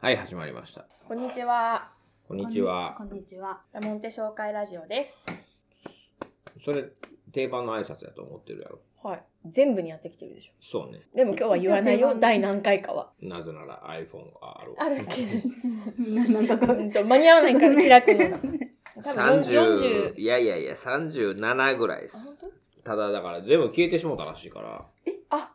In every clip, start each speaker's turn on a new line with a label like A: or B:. A: はい、始まりました。
B: こんにちは。
A: こんにちは
C: こ。んにちは。
B: ダモンテ紹介ラジオです。
A: それ、定番の挨拶やと思ってるやろ。
D: はい。全部にやってきてるでしょ。
A: そうね。
D: でも今日は言わない
C: じ
D: よ。
C: ゃあ定番
D: 第何回かは。
A: なぜなら iPhone がある。
D: あるけど、
C: なんだか。
D: そう間に合わないから開くのが。多分
A: 30
D: 40。
A: いやいやいや、37ぐらいで
D: あ
A: す
D: 本。当
A: ただ、だから全部消えてしもたらしいから。
D: あ、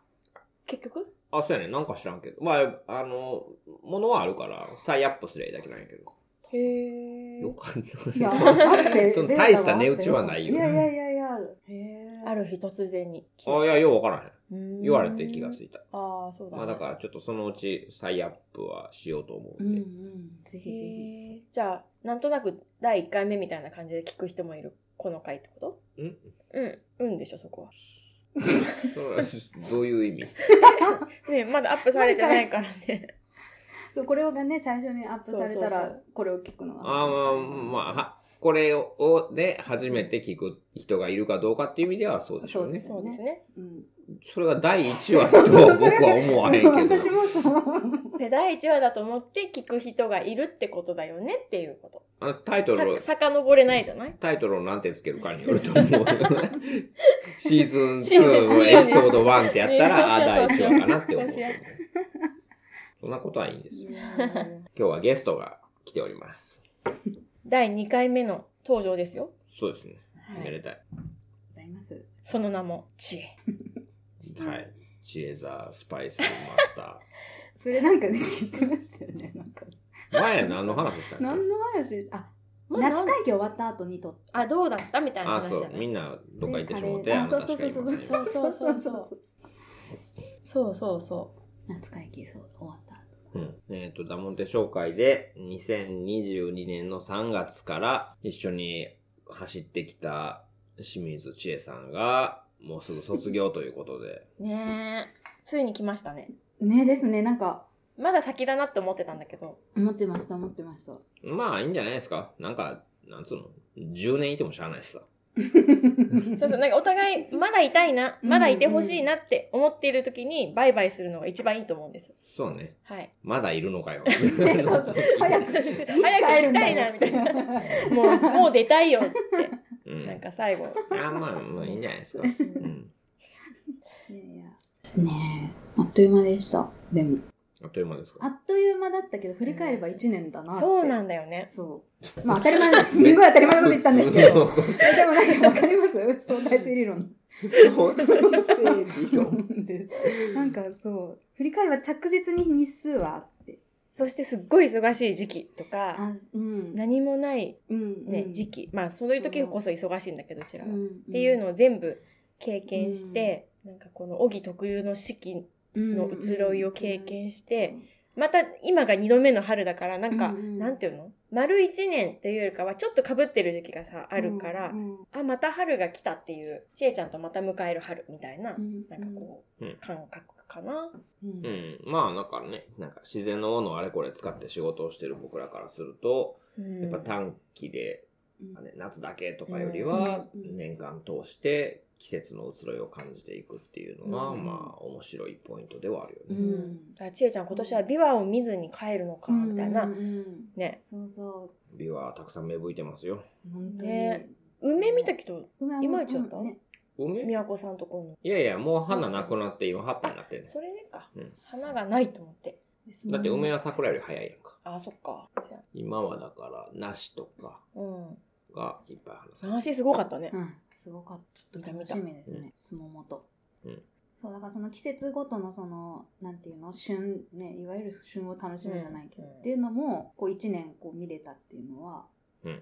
D: 結局
A: あ、そうやね。なんか知らんけど。まあ、あの、ものはあるから、再アップすりゃいいだけなんやけど。
D: へえ。
A: よかった。
C: いや、
A: そんな
C: あって
A: その大した値打ちはないよ
C: いやいやいやいや、ある。へえ。
D: ある日突然に。
A: あ、いや、ようわからへん。
D: うん
A: 言われて気がついた。
D: ああ、そうだ、ね。
A: まあ、だからちょっとそのうち再アップはしようと思う
C: うんんう
A: で。
C: ん。ぜひぜひ。
D: へえ。じゃあ、なんとなく第1回目みたいな感じで聞く人もいる、この回ってこと
A: うん
D: うん。うんでしょ、そこは。
A: それはどういう意味
D: ねまだアップされてないからね。
C: そう、これがね、最初にアップされた
D: そうそう
C: ら、これを聞くのが。
A: あーまあ、まあ、はこれをで初めて聞く人がいるかどうかっていう意味ではそうでしょうね。
C: そ
A: そ
D: そうですね。
C: うん。
A: れが第1話 とは僕は思わへんけど
C: 私。もそう。
D: で、第1話だと思って聞く人がいるってことだよねっていうこと。
A: あのタイトルを
D: さ、遡れないじゃない
A: タイトルを何てつけるかによると思う。シーズン
D: シーズ
A: 2
D: ン
A: の
D: 2
A: エピソード1ってやったら、あ
D: ね
A: 第
D: そう
A: 1
D: しよ
A: 話
D: う
A: かなって思う
D: そうしよう。
A: そんなことはいいんですよ。
C: いや
A: 今日はゲストが来ております。
D: 第2回目の登場ですよ。
A: そうですね。
C: ーは
A: め
C: い。
A: でたい。
C: ございます。
D: その名も、知恵。
A: はい。チエザースパイスマスタ
C: それなんか知ってますよね、なんか。
A: ー。前何の話したっけ
C: 何の話あ、
D: まあなん
C: 夏会議終わった後にとっ
D: あ、どうだったみたいな
A: あ、そ
D: 話じゃ
A: う。
D: な
A: み
D: い
A: んなどっか行ってしもうて、
C: で
A: あの
C: カレー
A: 確かにいますね
D: そうそうそうそう
C: そう。
D: そうそうそ
C: 夏会議そう終わった後。
A: うんえっ、と、ダモンテ紹介で2022年の3月から一緒に走ってきた清水千恵さんがもうすぐ卒業ということで、
D: う。ねえ。ついに来ましたね。
C: ねですね、なんか
D: まだ先だなって思ってたんだけど。
C: 思ってました思ってました。
A: まあいいんじゃないですか。なんか、なんつうの、10年いてもしゃあないしさ。
D: そうそう、なんかお互い、まだいたいな、
C: うん
D: まだいてほしいなって思っている時に、バイバイするのが一番いいと思うんです。
A: そうね。
D: はい。
A: まだいるのかよ。
C: ね そうそう。早く。
D: 早く
C: いつ
D: 来
C: 帰るん
D: た
C: だ
D: いな、
C: よ
D: みたいな。もう、もう出たいよっ
A: う
D: て。なん
A: ん。
D: か最後。
A: あまあ、まあいいんじゃないですか。うん。
C: いやいやねえ、あっという間でした。でも、
A: あっという間です
C: あ
A: か。
C: っという間だったけど、振り返れば1年だなって。
D: そうなんだよね。
C: そう。まあ当たり前です。すんごい当たり前のこと言ったんです けど。
A: 普通の
C: えでもなんかわかります相対性理論。
A: 相対性理論。
C: なんかそう、振り返れば着実に日数はあって。
D: そしてすっごい忙しい時期とか、
C: あ、うん。
D: 何もない
C: うん
D: ね、時期。まあ、そういう時
C: そう
D: こそ忙しいんだけど、うちらは。っ
C: って
D: いうのを全部経験して、なんかこの小木特有の四季の移ろいを経験して、また今が2度目の春だから、なんか、
C: うんうん
D: なんていうの丸1年というよりかは、ちょっと被ってる時期がさ、あるから、あ、また春が来たっていう、ちえちゃんとまた迎える春みたいな、なんかこう、
A: うん
D: 感覚かな。
C: う
A: うんん、まあだからね、なんか自然のものをあれこれ使って仕事をしてる僕らからすると、やっぱ短期で、ね、夏だけとかよりは
C: うんうん
A: 年間通して季節の移ろいを感じていくっていうのが、
C: うん
A: まあ面白いポイントではある
C: う
A: よね。
C: ん
D: だからちえちゃん今年は琵琶を見ずに帰るのか、みたいな、
C: うんうんうん
D: ね。
C: そうそ
A: 美はたくさん芽吹いてますよ。
C: う本当に
D: ね梅見たけど、いまいちだった
C: うんね
A: 梅
D: 宮子さんとこ
A: いやいや、もう花なくなって今葉っぱになってる
D: の。それでか、
A: うん
D: 花がないと思って。
A: だって梅は桜より早いやんか。
D: あ、そっか。じゃあ
A: 今はだから梨とか
D: うん。
A: がいっぱい花咲いてる
D: 話すごかったね
C: う。んすごかったちょっと楽しみです
A: 見た見
C: ねすももと
A: うん
C: そうだからその季節ごとのそのなんていうの旬ねいわゆる旬を楽しむじゃないけど、
D: うん
C: っていうのもこう一年こう見れたっていうのは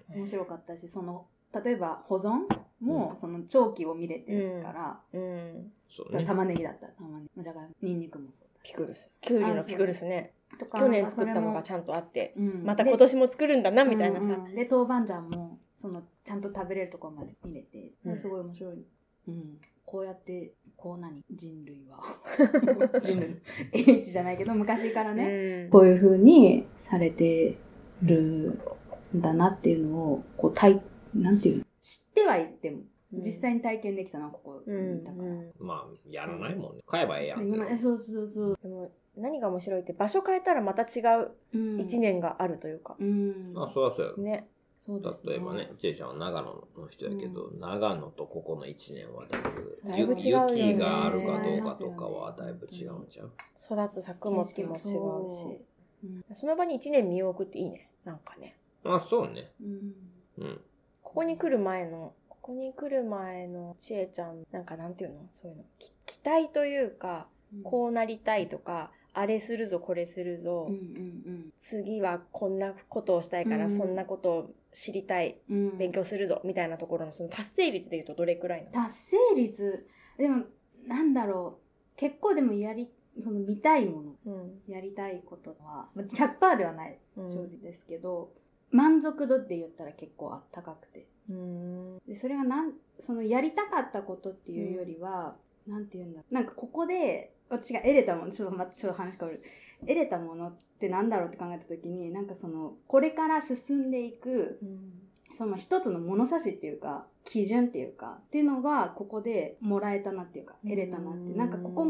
C: 面白かったしその例えば保存
A: う
C: も
A: ん
C: その長期を見れてるから、
D: うん。
A: そう
C: だから
A: ね。
C: 玉ねぎだったら玉ねぎじゃがいもにんにくもそうだし
D: ピクルス。キュウリ
C: あ
D: の
C: そうそう
D: ピクルスね。
C: とか
D: 去年作ったのがち
C: ゃん
D: ゃんとあって、
C: と、うん
D: また今年も作るんだな、
C: で
D: みたいなさ。
C: うんうんで豆板醤もそのちゃんと食べれるところまで見れて、
D: うん
C: すごい面白い、うん、こうやってこう何人類 は人類 H じゃないけど昔からね、
D: ね
C: こういう風にされてるんだなっていうのをこう体なんていうの知ってはいっても
D: うん
C: 実際に体験できたのはここ
D: うん
C: にいたから。
D: うん
A: まあ、やらないもんね。買えばええや
C: そ
A: ん
C: う
A: けど。
C: 今えそうそうそう
D: でも何が面白いって場所変えたらまた違う
C: うん
D: 一。年があるというか、
C: うん。
A: あ、そうそうやろ。
D: ね
C: そうです
A: 例えばね、ジェイちゃんは長野の人やけど、長野とここの1年はだいぶ
C: だいぶ
A: 雪
C: 違うよね
A: 雪があるかどうかとかはだいぶ違うんちゃう、
D: 育つ作物も違うし
C: 景色もそうん
D: その場に一年身を置くっていいねなんかね
A: まあそうね。
C: うん。
A: うん。
D: ここに来る前のここに来る前のちえちゃんなんかなんていうのそういうのき期待というかこうなりたいとかあれするぞこれするぞ、
C: うんうん
D: 次はこんなことをしたいから、
C: うん
D: そんなことを知りたい
C: うん。うん
D: 勉強するぞみたいなところのその達成率でいうとどれくらいなの
C: 達成率、でも、なんだろう。結構でもやり、その見たいもの、
D: うん
C: やりたいことは、まあ100%ではない、
D: うん
C: 正直ですけど、満足度って言ったら結構あったかくて。
D: うん
C: でそれがなんそのやりたかったことっていうよりは、なんて言うんだろうなんかここで私が得れたものちょっと待ってちょっと話変わる得れたものってなんだろうって考えた時になんかそのこれから進んでいく
D: うん
C: その一つの物差しっていうか基準っていうかっていうのがここでもらえたなっていうか得れたなってなんかここ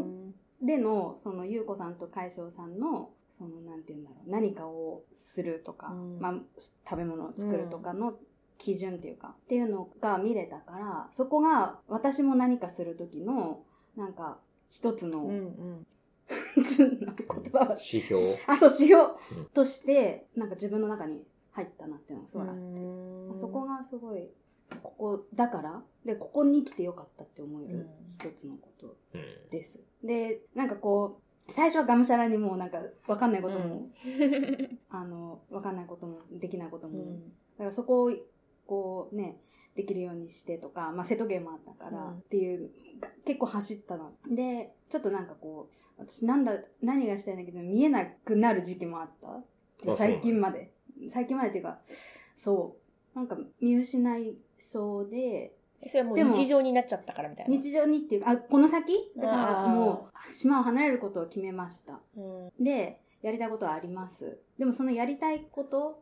C: でのその優子さんと海翔さんのそのなんて言うんだろう何かをするとか、
D: うん
C: まあ、食べ物を作るとかの基準っていうか、っていうのが見れたからそこが私も何かする時のなんか一つの、
D: う
C: 言
D: んうん
C: 葉は
A: 指標。
C: あそうしよう、
A: うん
C: としてなんか自分の中に入ったなっていうのがすごいあって、
D: うん
C: そこがすごいここだからでここに来てよかったって思える一つのこと
A: うん。
C: です。で、なんかこう、最初はがむしゃらにもうなんか、わかんないことも、あの、わかんないことも、できないこと
D: う
C: も、だ
D: ん
C: からそこを、こうね、できるようにしてとか、まあ、瀬戸芸もあったか
D: う
C: ら
D: ん
C: っていう、が結構走ったな。で、ちょっとなんかこう、私なんだ、何がしたいんだけど、見えなくなる時期もあった。
A: あ
C: 最近まで。最近までっていうか、そう。なんか見失いそうで、
D: えそれはもう
C: でも
D: 日常になっちゃったからみたいな
C: 日常にっていうか、あ、この先だから
D: あー
C: もう、島を離れることを決めました。
D: うん
C: で、やりたいことはあります。でもそのやりたいこと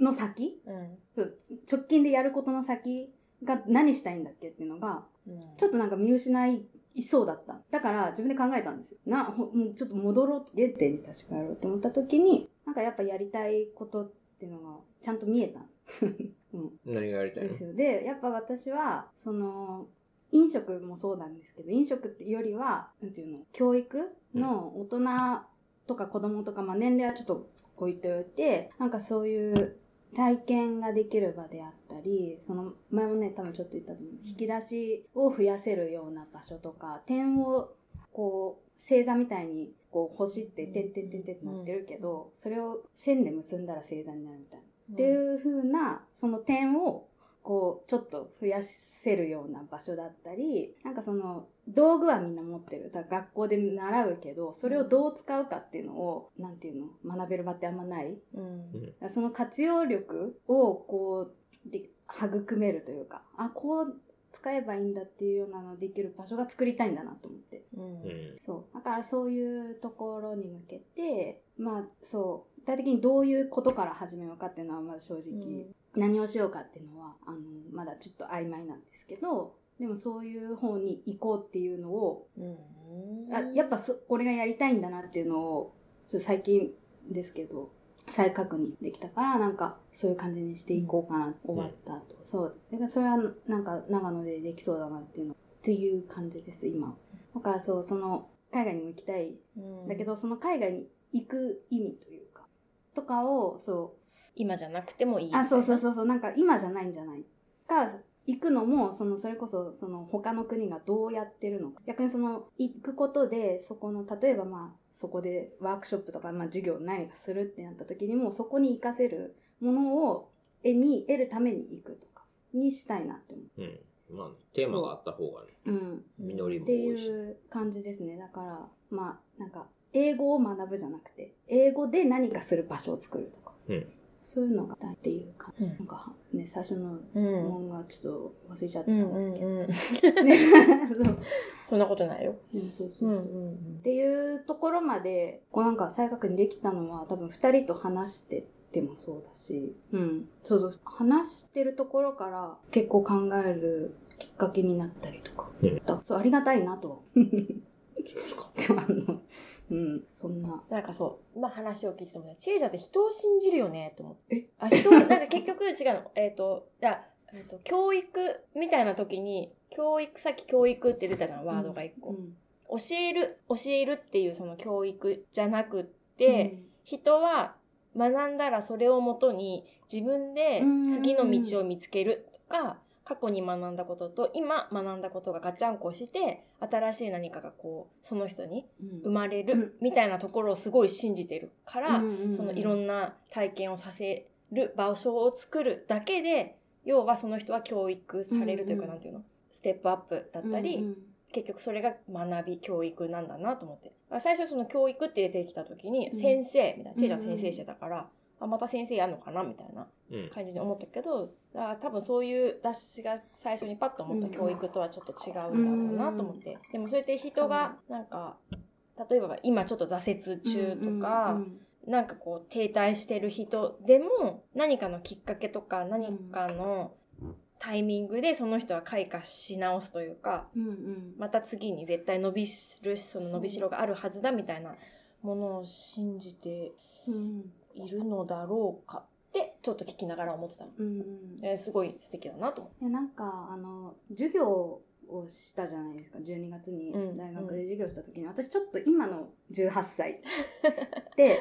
C: の先、
D: うん
C: 直近でやることの先が何したいんだっけっていうのが、
D: うん
C: ちょっとなんか見失いそうだった。だから自分で考えたんですよ。な、ほもうちょっと戻ろう、原点に確かやろうと思った時に、なんかやっぱやりたいことっていうのがちゃんと見えた。 うん
A: 何がやりたいの
C: ですよ。で、やっぱ私は、その、飲食もそうなんですけど、飲食ってよりは、なんていうの、教育の大人とか子供とか、まあ年齢はちょっと置いておいて、なんかそういう体験ができる場であったり、その前もね、多分ちょっと言ったと思う、引き出しを増やせるような場所とか、点をこう、星座みたいに、こう、星って、点点点点ってなってるけど、それを線で結んだら星座になるみたいな。っていう風な、その点を、こう、ちょっと増やせるような場所だったり、なんかその、道具はみんな持ってる。だから学校で習うけど、それをどう使うかっていうのを、なんていうの、学べる場ってあんまない。だか
D: うん
C: らその活用力を、こう、で、育めるというか、あ、こう使えばいいんだっていうようなのできる場所が作りたいんだなと思って。
D: うん
A: うん。
C: そう。だからそういうところに向けて、まあそう、具体的にどういうことから始めようかっていうのはまだ正直、
D: うん
C: 何をしようかっていうのは、あの、まだちょっと曖昧なんですけど、でもそういう方に行こうっていうのを、
D: うん
C: あやっぱそこれがやりたいんだなっていうのを、ちょっと最近ですけど、再確認できたから、なんか、そういう感じにしていこうかな、終わった後。そう。だからそれは、なんか、長野でできそうだなっていうの、っていう感じです、今。だからそう、その、海外にも行きたい
D: うん
C: だけど、その海外に行く意味というか、とかを、そ、
D: 今じゃなくてもいいう
C: あ、そうそうそうそう、なんか今じゃないんじゃないか、行くのも、その、それこそ、その、他の国がどうやってるのか。逆にその、行くことで、そこの、例えばまあ、そこでワークショップとか、まあ、授業何かするってなった時にも、そこに活かせるものを、絵に得るために行くとか、にしたいなって思
A: うん。まあ、テーマがあった方がね、
C: う。うん。
A: 実り
C: っ
A: も
C: て
A: 多
C: い
A: いし。
C: う感じですね。だから、まあ、なんか、英語を学ぶじゃなくて、英語で何かする場所を作るとか、
A: うん
C: そういうのが大事っていうか、
D: うん
C: なんか、ね、最初の質問がちょっと忘れちゃった
D: うんん
C: で
D: うん
C: すけど。
D: うん
C: ね そう
D: そんなことないよ
C: うんそうそうそう。
D: ん
C: っていうところまで、こうなんか再確認できたのは多分二人と話しててもそうだし、うん。そうそう。話してるところから結構考えるきっかけになったりとか。
A: うん
C: だそう、ありがたいなとは
A: ですか。
C: あの、うん、そんな。
D: なんかそう、まあ話を聞いてても、チェージャーって人を信じるよね、と思って。
C: え
D: あ、人を、なんか結局違うの。えっ、と、じゃあえっ、と、教育みたいな時に、教育、さっき教育って出たじゃん、ワードが一個。
C: うん
D: 教える、教えるっていうその教育じゃなくって、、人は学んだらそれをもとに自分で次の道を見つけるとか、過去に学んだことと今学んだことがガチャンコして、新しい何かがこう、その人に生まれ
C: うん
D: るみたいなところをすごい信じてるから、そのいろ
C: な、
D: んな体験をさせる場所を作るだけで要はその人は教育されるというか、
C: うんうん
D: なんていうのステップアップだったり、
C: うん
D: 結局それが学び教育なんだなと思って最初その教育って出てきた時に
C: うん
D: 先生みたいな、
C: うん
D: チェーちゃん先生してたから、あまた先生やんのかなみたいな
A: うん。
D: 感じに思ったけどあ多分そういう私が最初にパッと思った教育とはちょっと違うんだろうなと思って、でもそうやって人がなんか例えば今ちょっと挫折中とか、
C: うんうん
D: なんかこう停滞してる人でも何かのきっかけとか何かのタイミングでその人は開花し直すというか
C: うんうん
D: また次に絶対伸びしろその伸びしろがあるはずだみたいなものを信じて
C: うん
D: いるのだろうかってちょっと聞きながら思ってたの、
C: うんうん
D: えーすごい素敵だなと思って。
C: でなんかあの授業をしたじゃないですか12月に
D: うん
C: 大学で授業した時に、私ちょっと今の18歳 で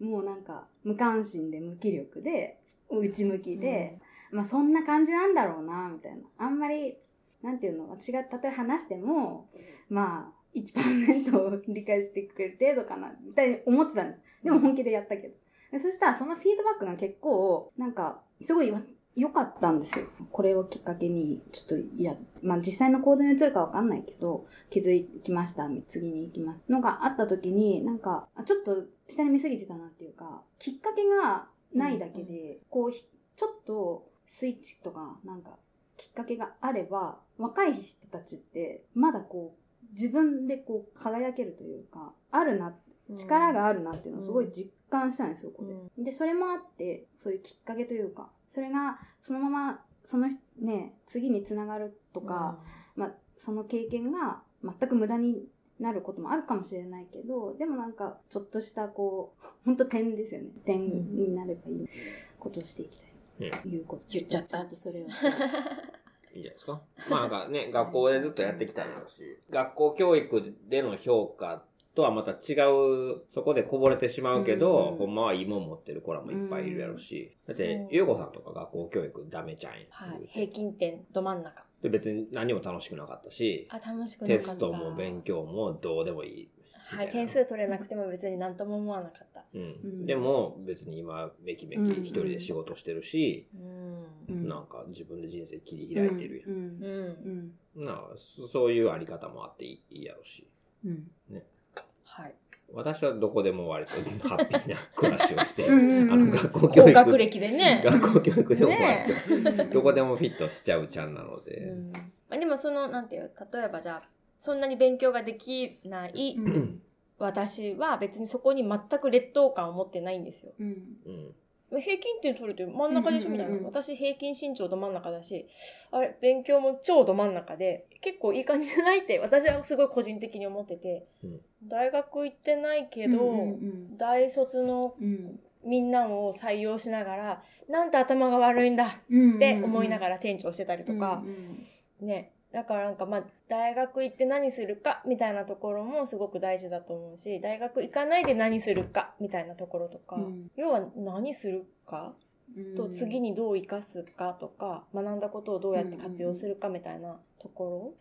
C: もうなんか無関心で無気力で内向きで、まあそんな感じなんだろうなみたいなあんまりなんていうの私がたとえ話してもまあ1%を理解してくれる程度かなみたいに思ってたんですでも本気でやったけどでそしたらそのフィードバックが結構なんかすごいわ良かったんですよこれをきっかけにちょっといやまあ実際の行動に移るかわかんないけど気づきました次に行きますのがあった時になんかあちょっと下に見すぎてたなっていうかきっかけがないだけで、こうひちょっとスイッチとかなんかきっかけがあれば若い人たちってまだこう自分でこう輝けるというかあるな力があるなっていうのをすごい実感したんですよ、ここで。で、それもあって、そういうきっかけというか、それがそのまま、その人ね、次につながると
D: と
C: か、、まあ、その経験が全く無駄になることもあるかもしれないけど、でもなんか、ちょっとしたこう、ほんと点ですよね。点になればいいことをしていきたい。いうこと。
D: 言っちゃった
C: あとそれを。
A: いいんじゃないですか。まあなんか ね、学校でずっとやってきたんだろうし、学校教育での評価とはまた違う、そこでこぼれてしまうけど、
C: うん
A: ほんまはいいもん持ってる子らもいっぱいいるやろうし、
D: うん
A: だって
D: そ、う
A: ゆうこさんとか学校教育ダメちゃんや。
D: はい、平均点ど真ん中
A: で、別に何も楽しくなかったし、
D: あ楽しくなか
A: テ
D: った
A: ストも勉強もどうでもいい。
D: はい点数取れなくても別に何とも思わなかった、
A: うん。
C: ん
A: でも、別に今、めきめき一人で仕事してるし、
D: うん
C: うん
A: なんか自分で人生切り開いてるやん。
C: うん
D: う。ん
C: うん。
A: なあそそういうあり方もあっていいいいやろうし。
C: うん。
D: はい、
A: 私はどこでも割とハッピーな暮らしをして、
C: うんうんうん
A: あの学校教
D: 高
A: 育。
D: 学歴でね
A: 学校教育でも
D: ね
A: 割と、どこでもフィットしちゃうちゃんなので。
D: うんまあ、でもそのなんていう例えばじゃあそんなに勉強ができない
A: うん。
D: 私は別にそこに全く劣等感を持ってないんですよ。
C: うん。
A: うん。
D: 平均点取ると真ん中でしょみたいな、
C: うんうんうんうん
D: 私平均身長ど真ん中だしあれ勉強も超ど真ん中で結構いい感じじゃないって私はすごい個人的に思ってて、
A: うん
D: 大学行ってないけど、
C: うん
D: 大卒の
C: うん。
D: みんなを採用しながらなんて頭が悪いんだ
C: うん。
D: って思いなが
C: ら
D: ら店長してたりとか、
C: うんうん
D: ねだからなんかまあ大学行って何するかみたいなところもすごく大事だと思うし大学行かないで何するかみたいなところとか、
C: うん
D: 要は何するかと次
C: に
D: にどう生かすかとか学んだことをどうやって活用するかみたいなとこ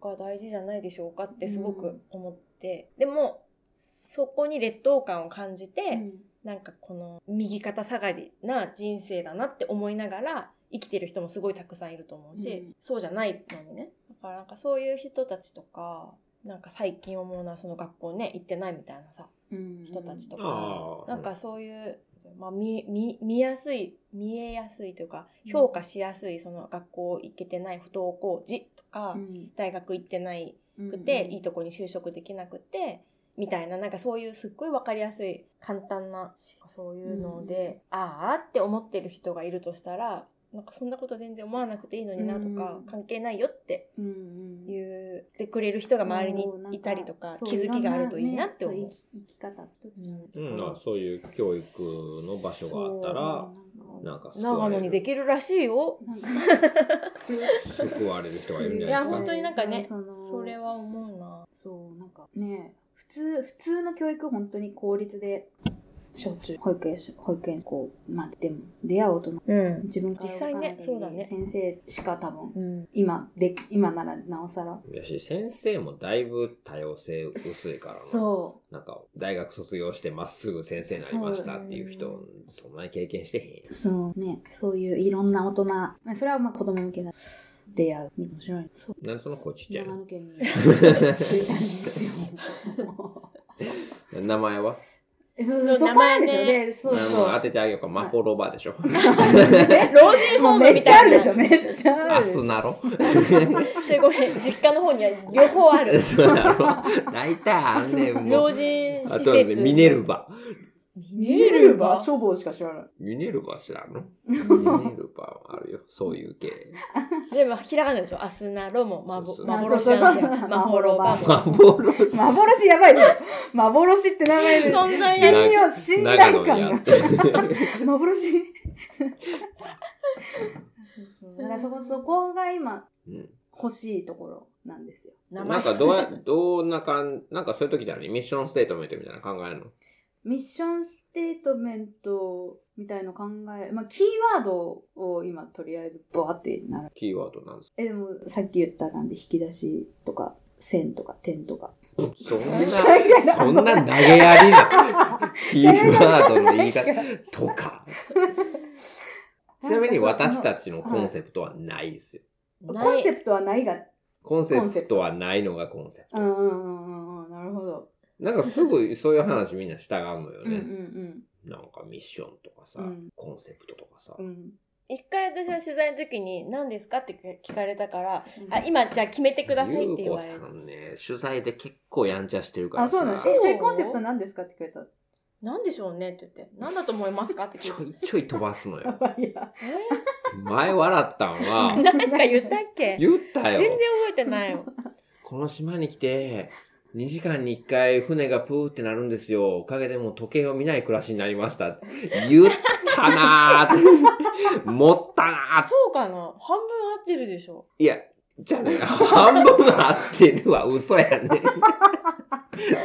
D: ろが大事じゃないでしょうかってすごく思って、でもそこに劣等感を感じて、なんかこの右肩下がりな人生だなって思いながら生きてる人もすごいたくさんいると思うし、
C: うん
D: そうじゃないのにねだからなんかそういう人たちとかなんか最近思うのはその学校ね行ってないみたいなさ人たちと
A: あ
D: か、
A: ー
D: なんかそういう、まあ、見見見やすい見えやすいというか評価しやすいその学校行けてない不登校児とか、大学行ってないくて、いいとこに就職できなくてみたいななんかそういうすっごい分かりやすい簡単なそういうので、ああって思ってる人がいるとしたらなんかそんなこと全然思わなくていいのになとか、
C: うん
D: 関係ないよって
C: うんうん
D: 言ってくれる人が周りにいたりとか気づきがあるといいなって思う。
C: そう生き生き方一つじゃない
A: うん、まあそういう教育の場所があったら、なんか救わ
D: 長
A: れ
D: 野にで
A: る、
D: きるらしいよ。
C: なんかそれは
A: 救われる人がいるんじ
D: い
A: ゃ
D: や
A: ないです
D: 本
A: か。
D: 当になんかね
C: そうその
D: それは思うな。
C: そうなんかね普通普通の教育本当に公立で小中保育園保育園こうまあでも出会う大人
D: うん。
C: 自分から
D: 実際ね
C: 動かない
D: そうだね
C: 先生しか多分
D: うん。
C: 今で今ならなおさら
A: いやし、先生もだいぶ多様性薄いからな。
C: そ
A: なんか、大学卒業してまっすぐ先生になりましたっていう人、そんなに経験してへんやん
C: うそうねそういういろんな大人まあそれはまあ子供向けだ出会う面白いそう
A: なんでその子ちっちゃい
C: 長
A: の
C: 野県に作りたいんですよ
A: 名前は
C: えそうそう
D: そ
C: そうこなんですよ
D: 名前ね
C: ねそう
A: 名前
C: そう
A: 当ててあげようか。マホロバでしょ。
D: 老人
C: も
D: ホー
C: う
D: ム
C: めっ
D: み
C: ちゃあ
D: た
C: る
D: い
C: で
D: な。
C: しょ、めっちゃあ
A: ア
C: る。
A: スナロ
D: それごめん、実家の方には両方あ る。
A: そうだろ 大体あんねんも
D: 老
A: う。
D: 人施
A: あ
D: 設。
A: とはね、ミネルバ。
D: ミネルバ
C: 消防しか知らない。
A: ミネルバ知らんのミネルバはあるよ。そういう系。
D: でも、ひらがなでしょ。アスナロも、まぼ
A: そうそう
D: 幻なんだ
C: そうそうそ
D: よ。
C: う
D: まほろばも。
A: 幻。
C: 幻やばいです幻って名前で。
D: そんなに
C: 信用、信
A: 長
C: 頼
A: 野にあ
C: 感
A: っ
C: が。
A: て。
C: 幻。 だからそこ、そこが今
A: うん
C: 欲しいところなんですよ。
D: 名
A: な
D: 前
A: んかどうや、どんなかん、なんかそういう時だね、ミッションステートメントみたいなの考えるの。
C: ミッションステートメントみたいの考え、まあ、キーワードを今とりあえずバーってなる。
A: キーワードなんです
C: え、でもさっき言ったなんで引き出しとか、線とか点とか。
A: そん な、そんな 投げやりな。キーワードの言い方とか。ちなみに私たちのコンセプトはないですよ。
C: コンセプトはないが、
A: コンセプトはないのがコンセプ
C: う
A: ト。
C: んうんうんうんうん、なるほど。
A: なんかすぐそういう話みんな従うのよ
C: うんう
A: ね。
C: ん
A: なんかミッションとかさ
C: うん、
A: コンセプトとかさ
C: う。ん。うん
D: 一回私は取材の時に何ですかって聞かれたから、あ、今じゃあ決めてくださいって
A: ゆ
D: 言
A: うこ
D: われ
A: さ
D: る。
A: んね、取材で結構やんちゃしてるか
C: あ、
A: ら
C: そうなん
A: さ
C: です。え、それコンセプト何ですかって聞かれた。
D: なんでしょうねって言って。何だと思いますかって
A: ち
D: 聞
A: ょ
D: いて。
A: いちょい飛ばすのよ。
C: いや、
D: え
A: 前笑ったん
D: ー、
A: は、
D: なんか言ったっけ
A: 言った
D: 全
A: よ
D: 然。覚えてないよ。
A: この島に来て、2時間に1回船がプーってなるんですよ。おかげでもう時計を見ない暮らしになりました。言ったなーっ て。持ったなーって。
D: そうかな半分合ってるでしょ。
A: いや、じゃあね、 半分合ってるは嘘や ね。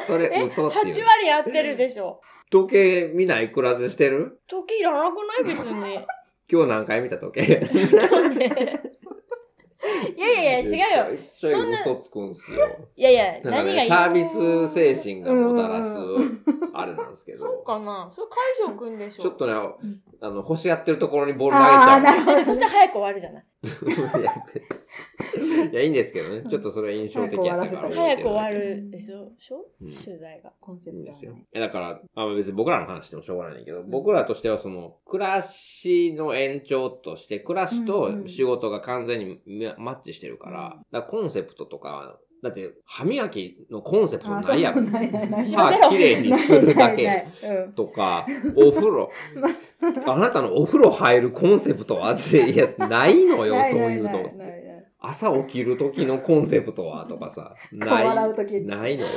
A: それ
D: え、
A: 嘘
D: 8
A: っていうの。
D: 割合ってるでしょ。
A: 時計見ない暮らししてる
D: 時計いらなくない別に。
A: 今日何回見た時計
D: いやいやいや、違うよ。
A: よ。 ちょい
D: そんな
A: 嘘つくんすよ。
D: いやいや、
A: なんか
D: 何がい
A: ね、
D: い
A: サービス精神がもたらす
C: う、
A: あれなんですけど。
D: そうかなそれ海翔くんでしょ。
A: ちょっとね、
C: ん
A: あの、星やってるところにボール投げち
C: あ
A: ゃ
C: あ、
A: う。
C: なるほ
D: え
C: ど。
D: そして早く終わるじゃ ない。
A: いや別にいや、いいんですけどね。ちょっとそれは印象的やったから。
D: 早く終わ
A: 覚えてだ
D: るでしょしょ
A: うん
D: 取材が。
C: コンセ
A: けいいん
C: プト
A: ですよ
C: はね。。
A: えだから、あ別に僕らの話してもしょうがないんだけど、僕らとしてはその、暮らしの延長として、暮らし
C: うんう
A: と
C: ん
A: 仕事が完全にまマッチしてるから、だからコンセプトとか、だって、歯磨きのコンセプト
C: あ、
A: な
C: そう、
A: い
C: な
A: や
C: い
A: ん。
C: ないないない。
D: 知
A: 歯
D: らないよ
A: きれいにするだけ。
D: うん。
A: とか、お風 呂。あなたのお風呂入るコンセプトはって、いや、ないのよ、そういうの。朝起きる時のコンセプトはとかさ、ない。
C: 顔洗う時
A: ないのよ。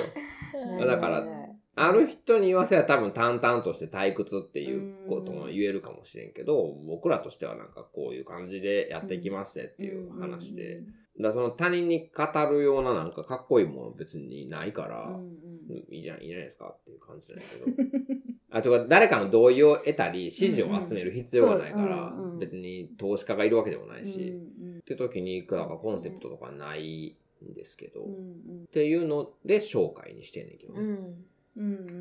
C: な
A: う
C: い
A: んだから
C: ないない
A: ある人に言わせは多分淡々として退屈っていうことも
C: うん
A: 言えるかもしれんけど、僕らとしてはなんかこういう感じでやっていきますっていう話で。だからその他人に語るようななんかかっこいいもの別にないか
C: う
A: ら、
C: んうん
A: いいじゃん、いいじゃないですかっていう感じなんだけど。 あとは誰かの同意を得たり、支持を集める必要がないから
C: うんうんそううんう、ん
A: 別に投資家がいるわけでもな
C: う
A: い
C: ん
A: し、って時にいくらかコンセプトとかないんですけど、
C: うんう
A: っ
C: ん
A: ていうので紹介にしてんねんけどね、
D: うん。
C: うんうんうん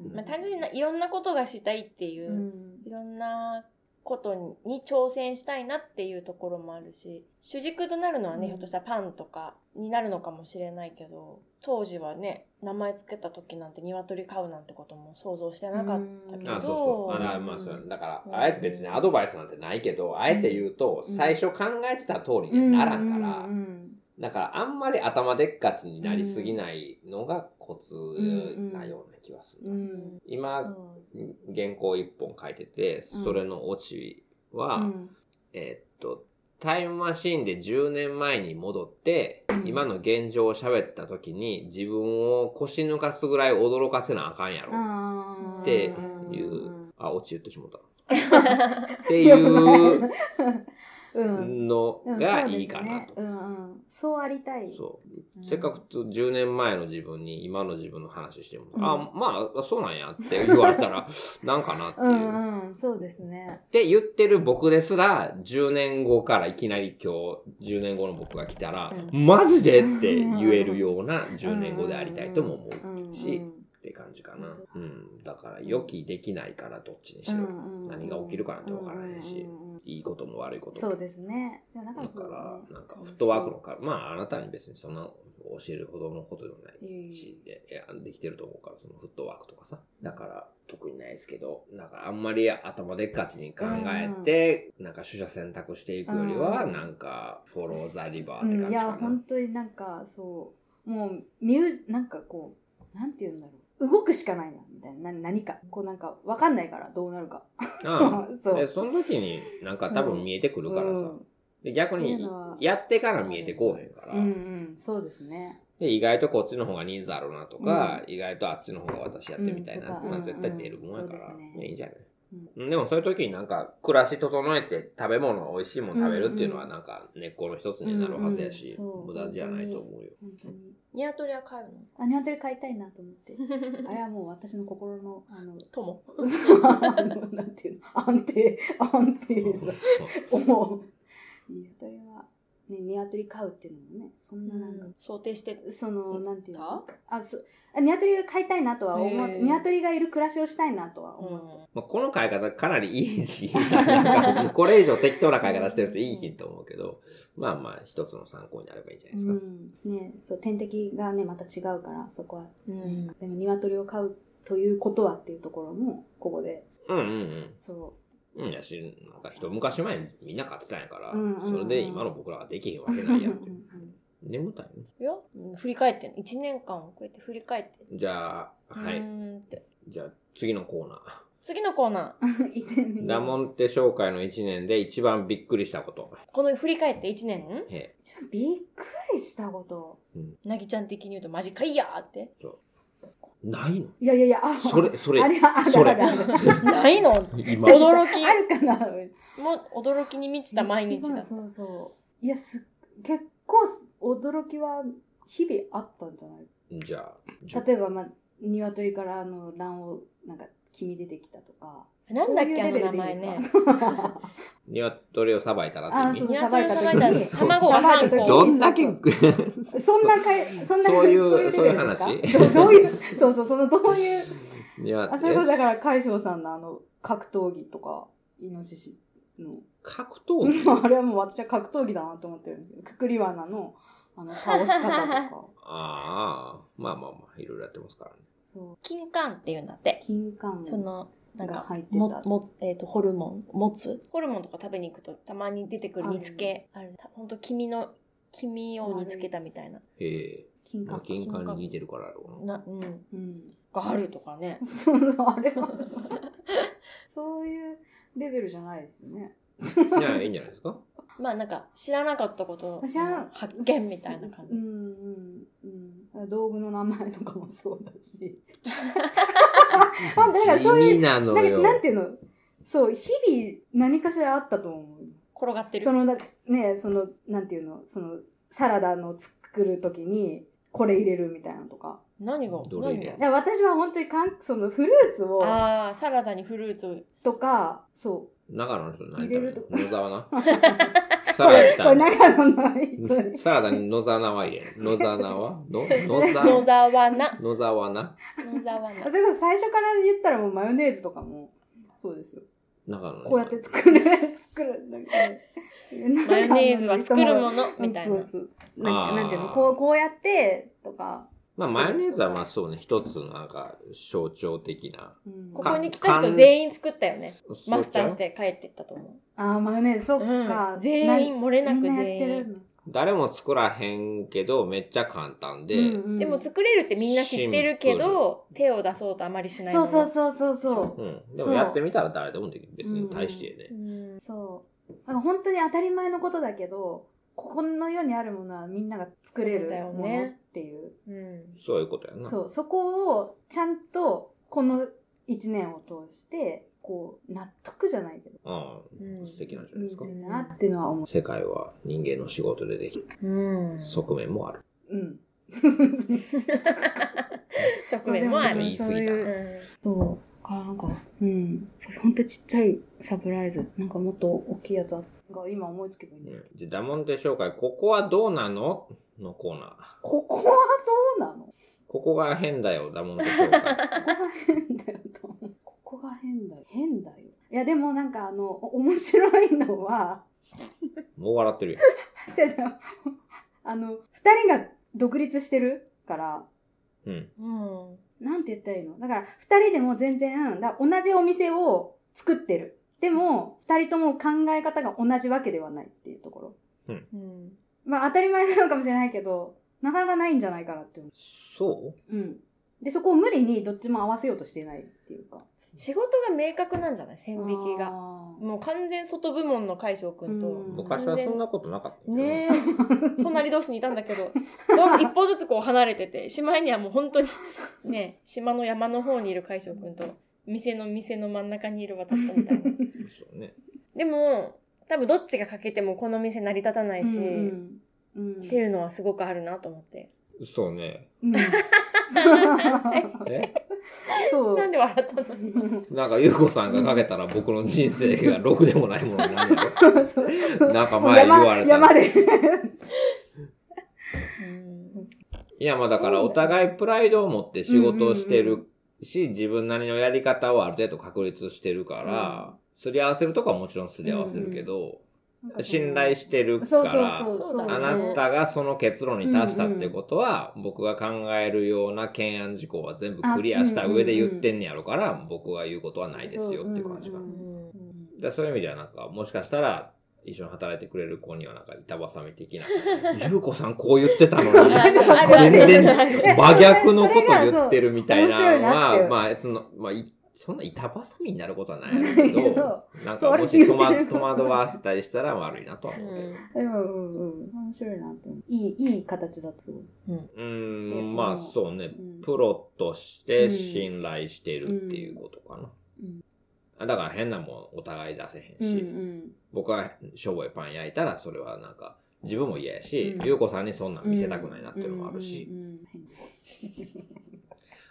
C: うん
D: まあ単純にないろんなことがしたいっていうう、
C: ん
D: いろんなことに挑戦したいなっていうところもあるし、主軸となるのはね、
C: うん
D: ひょっとしたらパンとかになるのかもしれないけど、当時はね、名前つけた時なんて鶏飼うなんてことも想像してなかったけ
C: うん
D: ど、
A: あそうそう。あだから まあそうだから、あえて別にアドバイスなんてないけど、あえて言うと、
C: うん
A: 最初考えてた通りにはならんから、
C: うんうん
A: だからあんまり頭でっかちになりすぎないのがコツなような気がする。
C: うんうん
A: 今
C: そう
A: 原稿一本書いてて、それのオチは、
C: うん
A: えっと、タイムマシンで10年前に戻って
C: う、ん
A: 今の現状を喋った時に自分を腰抜かすぐらい驚かせなあかんやろ。
C: あー
A: ってい
C: ん
A: う、あ、落ち言ってしもた。っていう
C: うん。
A: の
C: うん
A: がいいかな
C: そうです
A: と。
C: ねうんうん。そうありたい。
A: そう。
C: ん
A: せっかくと10年前の自分に今の自分の話しても、
C: うん
A: あ、まあ、そうなんやって言われた ら、なんかなっていうう。
C: んうん。そうですね。
A: って言ってる僕ですら、10年後からいきなり今日、10年後の僕が来たら、
C: う
A: マジでって言えるような10年後でありたいとも思う
C: うんうん
A: し、って感じかな。うん。だから予期できないからどっちにしろ、何が起きるかなんてわからへんし
C: うんうんうん
A: いいことも悪いことも。
C: そうですね。でもなんか
A: だ
C: こう
A: か
C: ね
A: ら、なんか、フットワークのか、まあ、あなたに別にそんな教えるほどのことでもないし、でいやできてると思うから、そのフットワークとかさ。だから、特にないですけど、なんか、あんまり頭でっかちに考えて、なんか、取捨選択していくよりは、
C: うん
A: なんか、フォローザリバーっ
C: う
A: て
C: ん
A: 感
C: い
A: じ
C: や
A: か
C: 本
A: な。
C: 当になんかそうもうミュージなんかこうなんて言うんだろう動くしかないなみたいなな何かこうなんかわかんないからどうなるか
A: あ
C: そ
A: あ
C: う
A: でその時になんか多分見えてくるから
C: う
A: さ
C: ん。
A: で逆
C: っ
A: に
C: ていうのは、
A: やってから見えてこうへんから
C: う。んうんそうですね
A: で、意外とこっちの方がニーズあるなとか、意外とあっちの方が私やってみたいな、
C: うんとか
A: まあ
C: うん
A: 絶対出るもんやから、
C: そうですね
A: ねいいんじゃない、うんでもそういう時になんか暮らし整えて食べ物美味しいもの食べるっていうのは
C: うん
A: なんか根っこの一つになるはずやし、
C: うんうんそう
A: 無駄じゃないと思うよ。
C: 本当に
D: ニワトリは飼うの
C: アニワトリ飼いたいなと思ってあれはもう私の心のあの
D: とも。
C: そうあのなんていうの安定安定さ思うニワトリはねニワトリ飼うっていうのもねそんななんか
D: 想定して
C: その、なんていう
D: た
C: のあ、そあ、ニワトリが飼いたいなとは思っ
D: へ
C: て、
D: ー
C: ニワトリがいる暮らしをしたいなとは思っ
D: 思
A: まあ、この飼い方かなりいいし、なんかこれ以上適当な飼い方してるといい品と思うけど、まあまあ一つの参考になればいいんじゃな
C: た。
A: いうですか。
C: ん。ねそう、天敵がね、また違うから、そこは。
D: う。うん。
C: でも、ニワトリを飼うということはっていうところも、ここで、
A: うんうんうん。
C: そ
A: うんやし、なんか一昔前にみんな飼ってたんやから、
C: うんうんうん
A: それで今の僕らはできへんわ
C: う。
A: けないやんっ
C: う
A: て
C: ん。うん
A: 眠たいの
D: いや、うん振り返ってんの。1年間をこうやって振り返って。
A: じゃあ、は
D: う
A: い。
D: ーんって。
A: じゃあ次のコーナー。
D: 次のコーナー。
C: うん行ってみよう
A: ダモンテ商会の1年で一番びっくりしたこと。
D: この振り返って1年
A: へ
C: 一番びっくりしたこと。
D: なぎちゃん的に言うとマジかいやーって。
A: えないの
C: いやいやいや、あ
A: それ、それ
C: あ、れはある
A: それ
C: あるある。
D: ないの
A: 今
C: ちょっと
D: 驚き
C: あるかな
D: もう驚きに満ちた毎日
C: 一
D: だ
C: 番。そうそう。いや、す、結構、驚きは、日々あったんじゃない
A: じゃあ、じゃあ
C: 例えば、まあ、鶏からあの卵黄なんか黄身出てきたとか
D: なんだっけ、あ
C: そう
D: の
C: いうレベル
D: 名
C: で
D: 前
C: いいん
D: ね
C: で。すか
A: 鶏をさばいたらって意
C: あ
A: 味
C: ー
D: ニワトリさばいた
A: そう
D: ら
A: そうそう
D: 卵が
C: さばいた
D: 3
C: 時
D: 個
A: ど。んだけ、
C: そう
A: そ
C: そんなかいそんな
A: ういう、
C: レ
A: そう
C: ベ
A: いう
C: ルです
A: 話
C: かどどういうそうそうそのどういう
A: いや
C: あそれこそだから海翔さんのあの格闘技とかイノシシの
A: 格闘技
C: あれはもう私は格闘技だなと思ってるんですけどくくり罠のあの倒し方とか
A: ああ、まあまあまあ、いろいろやってますからね。
C: そう
D: 金柑っていうんだって。
C: 金管
D: その、なん
C: が
D: か
C: 入って、た
D: も、もつ、えっ、と、ホルモン、もつ。ホルモンとか食べに行くと、たまに出てくる煮付け。ある。ほんと、黄身の、黄身を煮付けたみたいな。
A: へえ。
C: 金
A: まあ
C: 管
A: 金管に似てるからやろうな。
D: な、うん。
C: うん
D: があるとかね。
C: そうそうあれは そういうレベルじゃないですよね
A: いや、いいんじゃないですか。
D: まあなんか知らなかったことを
C: 知らん
D: 発見みたいな感
C: う
D: じ。
C: んうんうん。道具の名前とかもそうだし。あだからそういう
A: 地味な
C: なん
A: の
C: か
A: よ。
C: なんていうのそう、日々何かしらあったと思う。
D: 転がってる
C: そ。のだ、ね、その、なんていうの、その、サラダの作るときに、これ入れるみたいなのとか。
D: 何が
A: どれ入
D: 何
A: れ
D: が
A: る
C: だから私は本当にかん、そのフルーツを、
D: ああ、サラダにフルーツを。
C: とか、そ
A: 長野の人何食べ
C: 入れ
A: る
C: ると
A: 野沢な。
C: う。
A: サラ
C: こ
A: ダ
C: れ、
A: に
C: これ長野の人に。
A: サラダに野沢菜は入れる。野沢菜はの野
D: 野
A: 沢
D: 沢菜。
A: 野沢菜
D: 野沢
C: あ
D: 菜。
C: それこそ最初から言ったらもうマヨネーズとかも、そうですよ。
A: 長野の人
C: こうやって作る、 作る。なんか
D: マヨネーズは作るもの
C: うん
D: みたいな
C: そう。そう。なん
A: あー
C: かなんていうのこう、こうやって、とか。
A: まあ、マヨネーズはまあそうね、一つのなんか象徴的な。
C: うん
D: ここに来た人全員作ったよね。マスターし
A: そうちゃう。
D: て帰ってったと思。
C: あー、マヨネーズ、そうっか
D: う。ん、全員、漏れな
C: な
D: く
C: みんな
D: 全
C: やってる
D: 員。
C: んだ。
A: 誰も作らへんけど、めっちゃ簡単で、
C: うんうん
D: でも作れるってみんな知ってるけど、手を出そうとあまりしないも
C: そう
D: の
C: そうそうそうそう。
A: うん。で
C: そ
A: も
C: う
A: やってみたら誰でもできる。別に大してね。
D: うん
C: そなんか本当に当たり前のことだけど、ここの世にあるものはみんなが作れ
D: そう
C: る
D: だよね
C: ものっていう。
D: うん
A: そういうことやな。
C: そう、そこをちゃんとこの一年を通して、こう、納得じゃないけど、
A: うん
D: うん
A: 素敵なんじゃない
C: 見
A: ですか
C: て。るなっていうのは思
A: 世界は人間の仕事でできる
D: うん
A: 側面もある。
C: う。うん。
D: 側面も
A: で
D: ある
A: も
C: そう
A: 言い過
C: い
A: ぎ
C: う、
D: うん
C: そう。あ、なんか、うん。ほんとちっちゃいサプライズ。なんかもっと大きいやつが今思いつけばいいんですけど。
A: じゃあ、ダモンテ紹介、ここはどうなののコーナー。
C: ここはどうなのこ
A: ここが変だよ、ダモンテ紹介。
C: こが変だよと思う。ここが変だよ。変だよ。いや、でもなんかあの、お面白いのは、
A: もう笑ってるよ。
C: 違う違う。あの、二人が独立してるから、
A: うん。
D: うん
C: なんて言ったらいいのだから、二人でも全然、だ同じお店を作ってる。でも、二人とも考え方が同じわけではないっていうとこ
D: う
C: ろ。
D: ん
C: まあ、当たり前なのかもしれないけど、なかなかないんじゃないかなって思。
A: そう
C: うん。で、そこを無理にどっちも合わせようとしてないっていうか。
D: 仕事が明確なんじゃない線引き
C: あ
D: が
C: ー。
D: もう完全外部門の海翔くんと、
A: う
C: うん
A: 昔はそんなことなかったけど
D: ねえ隣同士にいたんだけどどう一歩ずつこう離れててしまいにはもう本当にね島の山の方にいる海翔くんと店の店の真ん中にいる私とみたいな
A: そうね。
D: でも多分どっちが欠けてもこの店成り立たないし、
C: うんうんうん
D: っていうのはすごくあるなと思って
A: そうね。
C: うん、
A: え
C: そう。
D: なんで笑ったの
A: なんか、ゆうこさんがかけたら僕の人生 がろくでもないものになるや
C: そう
A: ろなんか
C: もう
A: 前言わ
C: 山
A: れた
C: 山
A: ら。
C: で。
A: いや、まあだからお互いプライドを持って仕事をしてるし、自分なりのやり方をある程度確立してるから、すり合わせるとかはもちろんすり合わせるけど、信頼してるか
C: そうそうそう
A: ら、
C: そう。
A: あなたがその結論に達したってことは、僕が考えるような懸案事項は全部クリアした上で言ってんねやろから、僕が言うことはないですよっていう感じかな
C: そう。
A: だからそういう意味ではなんか、もしかしたら、一緒に働いてくれる子にはなんか板挟み的な。ゆうこさんこう言ってたのに、
D: あちょっとあちょっと
A: 全然真逆のこと言ってるみたいなの
C: それがそう面白いなって
A: は、まあ、その、まあ、いそんな板挟みになることはないんだけ
C: ないけ
A: ど
C: ど、
A: なんかもし戸惑戸惑わせたりしたら悪いなとは思うけど。
C: でも、うんうん。面白いなって思う。いい、いい形だと思う。
A: うー
C: で
A: ん、まあ
C: もう
A: そうね
C: うん、
A: プロとして
C: うん
A: 信頼してるっていうことかな。あだから変なもんお互い出せへんし、
C: ん。
A: 僕はしょぼいパン焼いたらそれはなんか自分も嫌やし、
C: うん
A: ゆうこさんにそんなん見せたくないなっていうのもあるし、
C: うんうん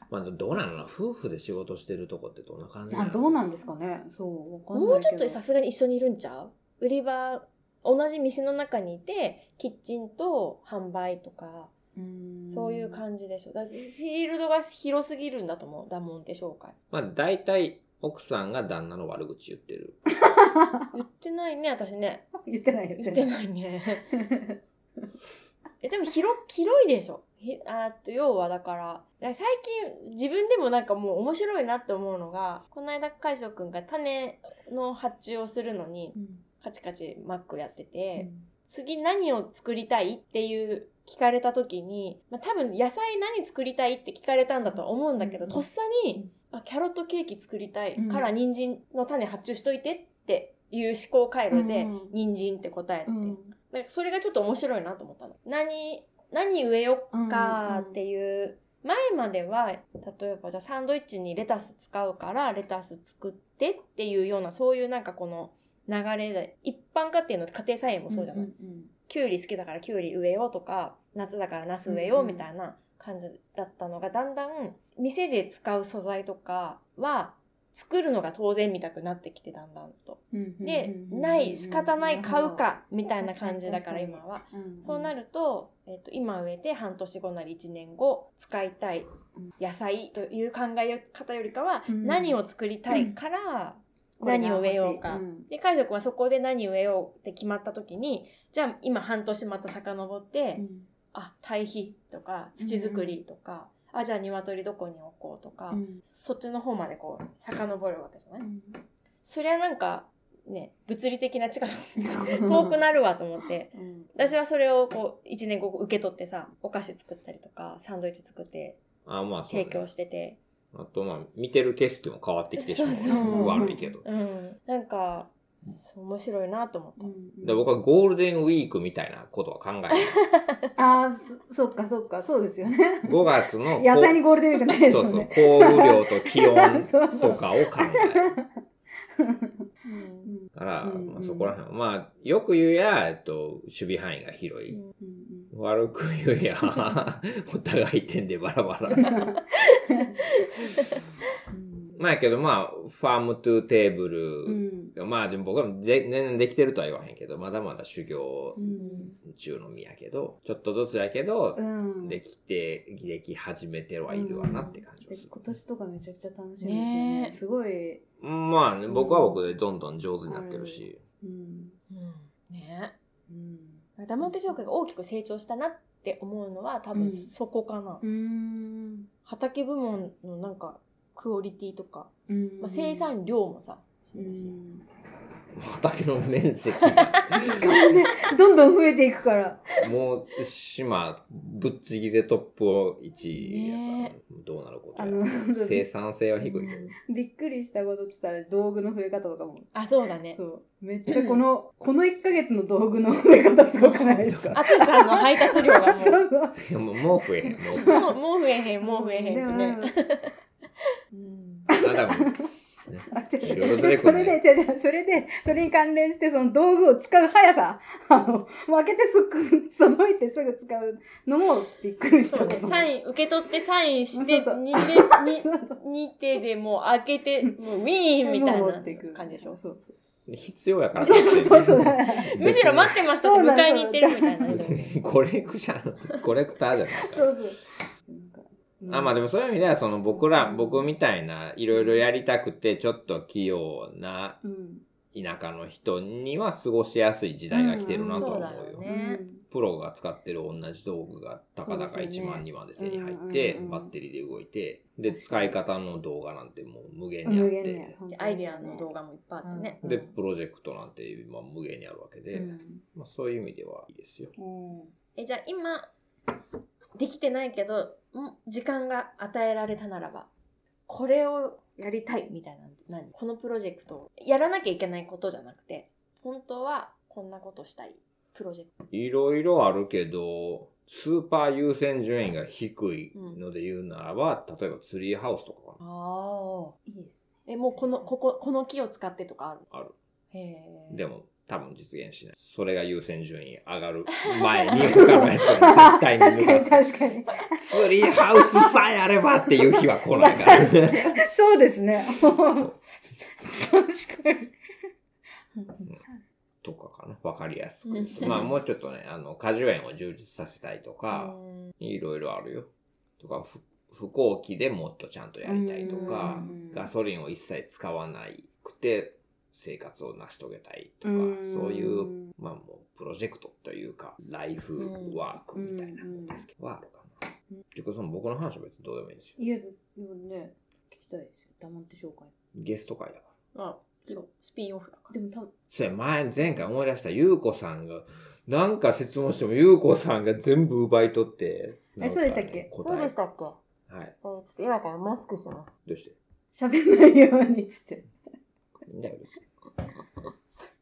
A: まあどうなのかな夫婦で仕事してるとこってどんな感じ
C: うんあ、どうなんですかね。そう、わかんないけど。
D: もうちょっとさすがに一緒にいるんちゃう売り場同じ店の中にいてキッチンと販売とか
C: うん
D: そういう感じでしょだフィールドが広すぎるんだと思うダモンって紹介
A: まあ大体奥さんが旦那の悪口言ってる。
D: 言ってないね私ね
C: 言ってない、
D: 言って
C: い。
D: ないね えでも広広いでしょひあーっと要はだからだから最近自分でもなんかもう面白いなって思うのがこの間海翔くんが種の発注をするのにカチカチマックやってて、次何を作りたいっていう聞かれた時に、まあ、多分野菜何作りたいって聞かれたんだとは思うんだけど、
C: うん
D: とっさに、あキャロットケーキ作りたい
C: うん
D: から人参の種発注しといてっていう思考回路で、
C: うん
D: 人参って答えて、
C: うん
D: なんかそれがちょっと面白いなと思ったの。何、何植えよっかっていう、前までは、例えばじゃあサンドイッチにレタス使うからレタス作ってっていうような、そういうなんかこの流れで、一般家庭の家庭菜園もそうじゃない、
C: んん
D: キュウリ好きだからキュウリ植えようとか、夏だからナス植えようみたいな感じだったのが、だんだん店で使う素材とかは、作るのが当然みたくなってきて、だんだんと。
C: うん
D: で
C: う、ん
D: ない、仕方ない、買う。か、みたいな感じだから
C: 確か
D: 今
C: に
D: は。
C: ん
D: そうな。ると、えっと、今植えて半年後なり1年後、使いたい野菜という考え方よりかは、
C: うん
D: 何を作りたいから、何を植えようか。
C: ん
D: で、海くんはそこで何植えようって決まった時に、じゃあ今半年また遡って、
C: うん
D: あ、堆肥とか、土作りとか、あ、じゃあ鶏どこに置こうとか、
C: うん
D: そっちの方までこう、遡るわけじゃない、
C: うん
D: そりゃなんか、ね、物理的な力遠くなるわと思って。
C: うん
D: 私はそれをこう、1年後受け取ってさ、お菓子作ったりとか、サンドイッチ作って、
A: あまあそう、
D: 提
A: ね。
D: 供してて。
A: あとまあ見てる景色も変わってきてしまうね。
D: そうそう
C: そう
A: 悪いけど。
D: うん。なんか、そう面白いなと思った。
A: で僕はゴールデンウィークみたいなことは考えない。
C: ああ、そそっかそっか、そうですよね。
A: 5月のこう
C: 野菜にゴールデンウィークないです
A: そう
C: よ
A: そう
C: ね。
A: 降雨量と気温
C: そうそ
A: と
C: う
A: かを考える。
D: うん
A: だから、
C: うん
A: ま
C: う
A: あ、
C: ん
A: そこら辺、まあ、よく言うや、えっと、守備範囲が広い。
C: うんうん
A: 悪く言う や、お互い点でバラバラ。
C: うん
A: まあやけど、まあ、ファームトゥーテーブ
C: う
A: ル。
C: ん
A: まあ、でも僕は全全然できてるとは言わへんけど、まだまだ修行
C: うん
A: 中の身やけど、ちょっとずつやけど、
C: うん
A: できて、でき始めてはいるわなって感じ
C: で
A: です。
C: 今年とかめちゃくちゃ楽しみですよ
D: ね
C: ね。
D: え
C: すごい、
A: まあね、僕は僕でどんどん上手になってるし。
C: うん。
D: うんね
C: うん。
D: ダモンテ商会が大きく成長したなって思うのは多分
C: うん
D: そこかな。
C: うん。
D: 畑部門のなんかクオリティとか、
C: うん
D: まあ、生産量もさ、そう
C: う
D: だし
C: ん。
A: 畑の面積が、
C: しかもね、 どんどん増えていくから。
A: もう島、ぶっちぎりでトップ1位やから、
D: ね
A: どうなること
C: あ
A: や
C: の、
A: 生産性は低いけど。
C: びっくりしたことって言ったら道具の増え方とかも。
D: あ、そうだね
C: そ。う。めっちゃこの、この1ヶ月の道具の増え方すごくないで すか
D: あつしさんの配達量がも
C: そうそう。
A: いやもうもう増えへん、もう増えへん。
D: う、もうもう増えへん、もう増えへんってね。
C: ね。
D: うん
A: あ、多分。
C: あちょ
A: いろいろ出てく
C: そ
A: るね
C: れで、違う違う、それで、それに関連して、その道具を使う速さ、あの、もう開けてすぐ、 届いてすぐ使うのもびっくりし
D: そ
C: た
D: う
C: こ
D: ね、
C: と。
D: サイン、受け取ってサインして、
C: そうそう
D: 2手、
C: そうそう
D: に2手でもう開けて、もうウィーンみたい
C: もう
D: な
C: 持っていく
D: 感じでしょ。
C: そうそう
A: 必要やから。
C: そうそうそうそう。
A: 別に
D: むしろ待ってましたって迎えに行ってるみたいな。
A: 別に コレクシャン、コレクターじゃないから。
C: そうそう。なんかうん
A: あまあでもそういう意味では、その僕ら、僕みたいないろいろやりたくて、ちょっと器用な
C: うん。
A: 田舎の人には過ごしやすい時代が来てるなとは思う
D: うんうん
A: よ。
D: そうだよね
A: プロが使ってる同じ道具がたかだか
C: そうです
A: 1
C: よね
A: 万2万で手に入って、
C: うんうんうん
A: バッテリーで動いて、で、使い方の動画なんてもう無限
C: うん
A: にあっ
C: 無限にあ
A: て
C: る、本当に
D: アイデアの動画もいっぱいあってね。
C: うん
A: で、プロジェクトなんて今無限にあるわけで、
C: うん
A: まあ、そういう意味ではいいですよ。
C: うん
D: え、じゃあ今、できてないけど、ん時間が与えられたならば、これをやりたいみたいな、何このプロジェクトをやらなきゃいけないことじゃなくて、本当はこんなことしたいプロジェクト。
A: いろいろあるけど、スーパー優先順位が低いので言うならば、例えばツリーハウスとかか
D: ああ。
C: いいです。
D: え、もうこの、ここ、この木を使ってとかある
A: なある。
D: へえ。
A: でも、多分実現しない。それが優先順位上がる前に他のやつは絶対に
C: 確か
A: 抜
C: に
A: かす。
C: 確かに。
A: ツリーハウスさえあればっていう日は来ないから。
C: そうですね。
A: そう
C: 確かに。
A: とかかな。わかりやすく
D: う。ん
A: まあもうちょっとね、あの、果樹園を充実させたいとか、
D: うん
A: いろいろあるよ。とか、ふ不幸期でもっとちゃんとやりたいとか
C: うんうんう、ん
A: ガソリンを一切使わないくて生活を成し遂げたいとか、
C: うん
A: そういう、まあもうプロジェクトというか、ライフワークみたいな
C: うんうん
A: ですけど、はあるかな。ていうかその僕の話は別にどうでもいいんですよ。
C: いや、でもね、聞きたいですよ。黙って紹介。
A: ゲスト会だから。
D: あ、そうスピンオフだから。
C: でも 多分、
A: それ前、前回思い出した、ゆうこさんが、なんか質問しても、ゆうこさんが全部奪い取って、
C: えそうでしたっけ
A: なんかね
D: どう
A: 答え
D: でしたっけ
A: はい。
D: えーちょっと今からマスクします。
A: どうして
C: 喋んないようにっつって。
A: いいんだよ、別に